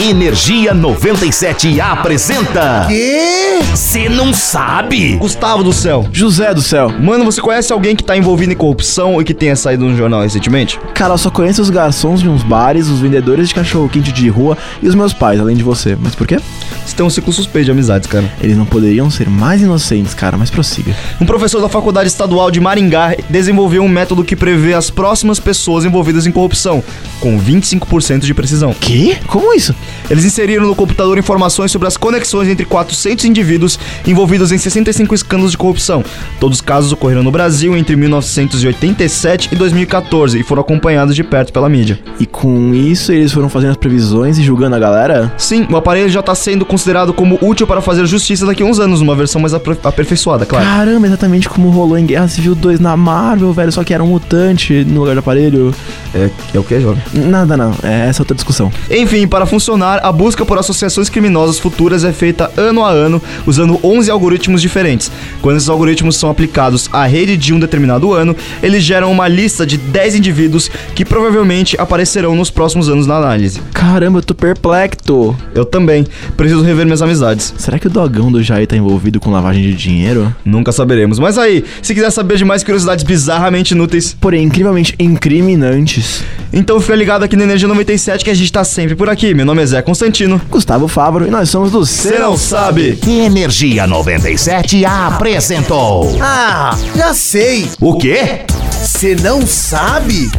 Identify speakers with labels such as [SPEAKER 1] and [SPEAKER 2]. [SPEAKER 1] Energia 97 apresenta.
[SPEAKER 2] Quê?
[SPEAKER 1] Você não sabe?
[SPEAKER 2] Gustavo do céu. José do céu. Mano, você conhece alguém que tá envolvido em corrupção e que tenha saído no jornal recentemente?
[SPEAKER 3] Cara, eu só conheço os garçons de uns bares, os vendedores de cachorro-quente de rua e os meus pais, além de você. Mas por quê?
[SPEAKER 2] Você tem um ciclo suspeito de amizades, cara.
[SPEAKER 3] Eles não poderiam ser mais inocentes, cara, mas prossiga.
[SPEAKER 2] Um professor da Faculdade Estadual de Maringá desenvolveu um método que prevê as próximas pessoas envolvidas em corrupção, com 25% de precisão.
[SPEAKER 3] Quê? Como isso?
[SPEAKER 2] Eles inseriram no computador informações sobre as conexões entre 400 indivíduos envolvidos em 65 escândalos de corrupção. Todos os casos ocorreram no Brasil entre 1987 e 2014 e foram acompanhados de perto pela mídia.
[SPEAKER 3] E com isso eles foram fazendo as previsões e julgando a galera?
[SPEAKER 2] Sim, o aparelho já está sendo considerado como útil para fazer justiça daqui a uns anos, numa versão mais aper- aperfeiçoada, claro.
[SPEAKER 3] Caramba, exatamente como rolou em Guerra Civil 2 na Marvel, velho, só que era um mutante no lugar do aparelho.
[SPEAKER 2] É, é o que, jovem?
[SPEAKER 3] Nada não, é essa é outra discussão.
[SPEAKER 2] Enfim, para funcionar, a busca por associações criminosas futuras é feita ano a ano, usando 11 algoritmos diferentes. Quando esses algoritmos são aplicados à rede de um determinado ano, eles geram uma lista de 10 indivíduos que provavelmente aparecerão nos próximos anos na análise.
[SPEAKER 3] Caramba, eu tô perplexo.
[SPEAKER 2] Eu também preciso rever minhas amizades.
[SPEAKER 3] Será que o dogão do Jair tá envolvido com lavagem de dinheiro?
[SPEAKER 2] Nunca saberemos. Mas aí, se quiser saber de mais curiosidades bizarramente inúteis,
[SPEAKER 3] Porém, incrivelmente incriminantes.
[SPEAKER 2] então fica ligado aqui na Energia 97 que a gente tá sempre por aqui. Meu nome é Zé Constantino.
[SPEAKER 3] Gustavo Fávaro e nós somos do
[SPEAKER 2] Você não sabe!
[SPEAKER 1] Energia 97 apresentou.
[SPEAKER 4] Ah, já sei.
[SPEAKER 1] O quê?
[SPEAKER 4] Você não sabe?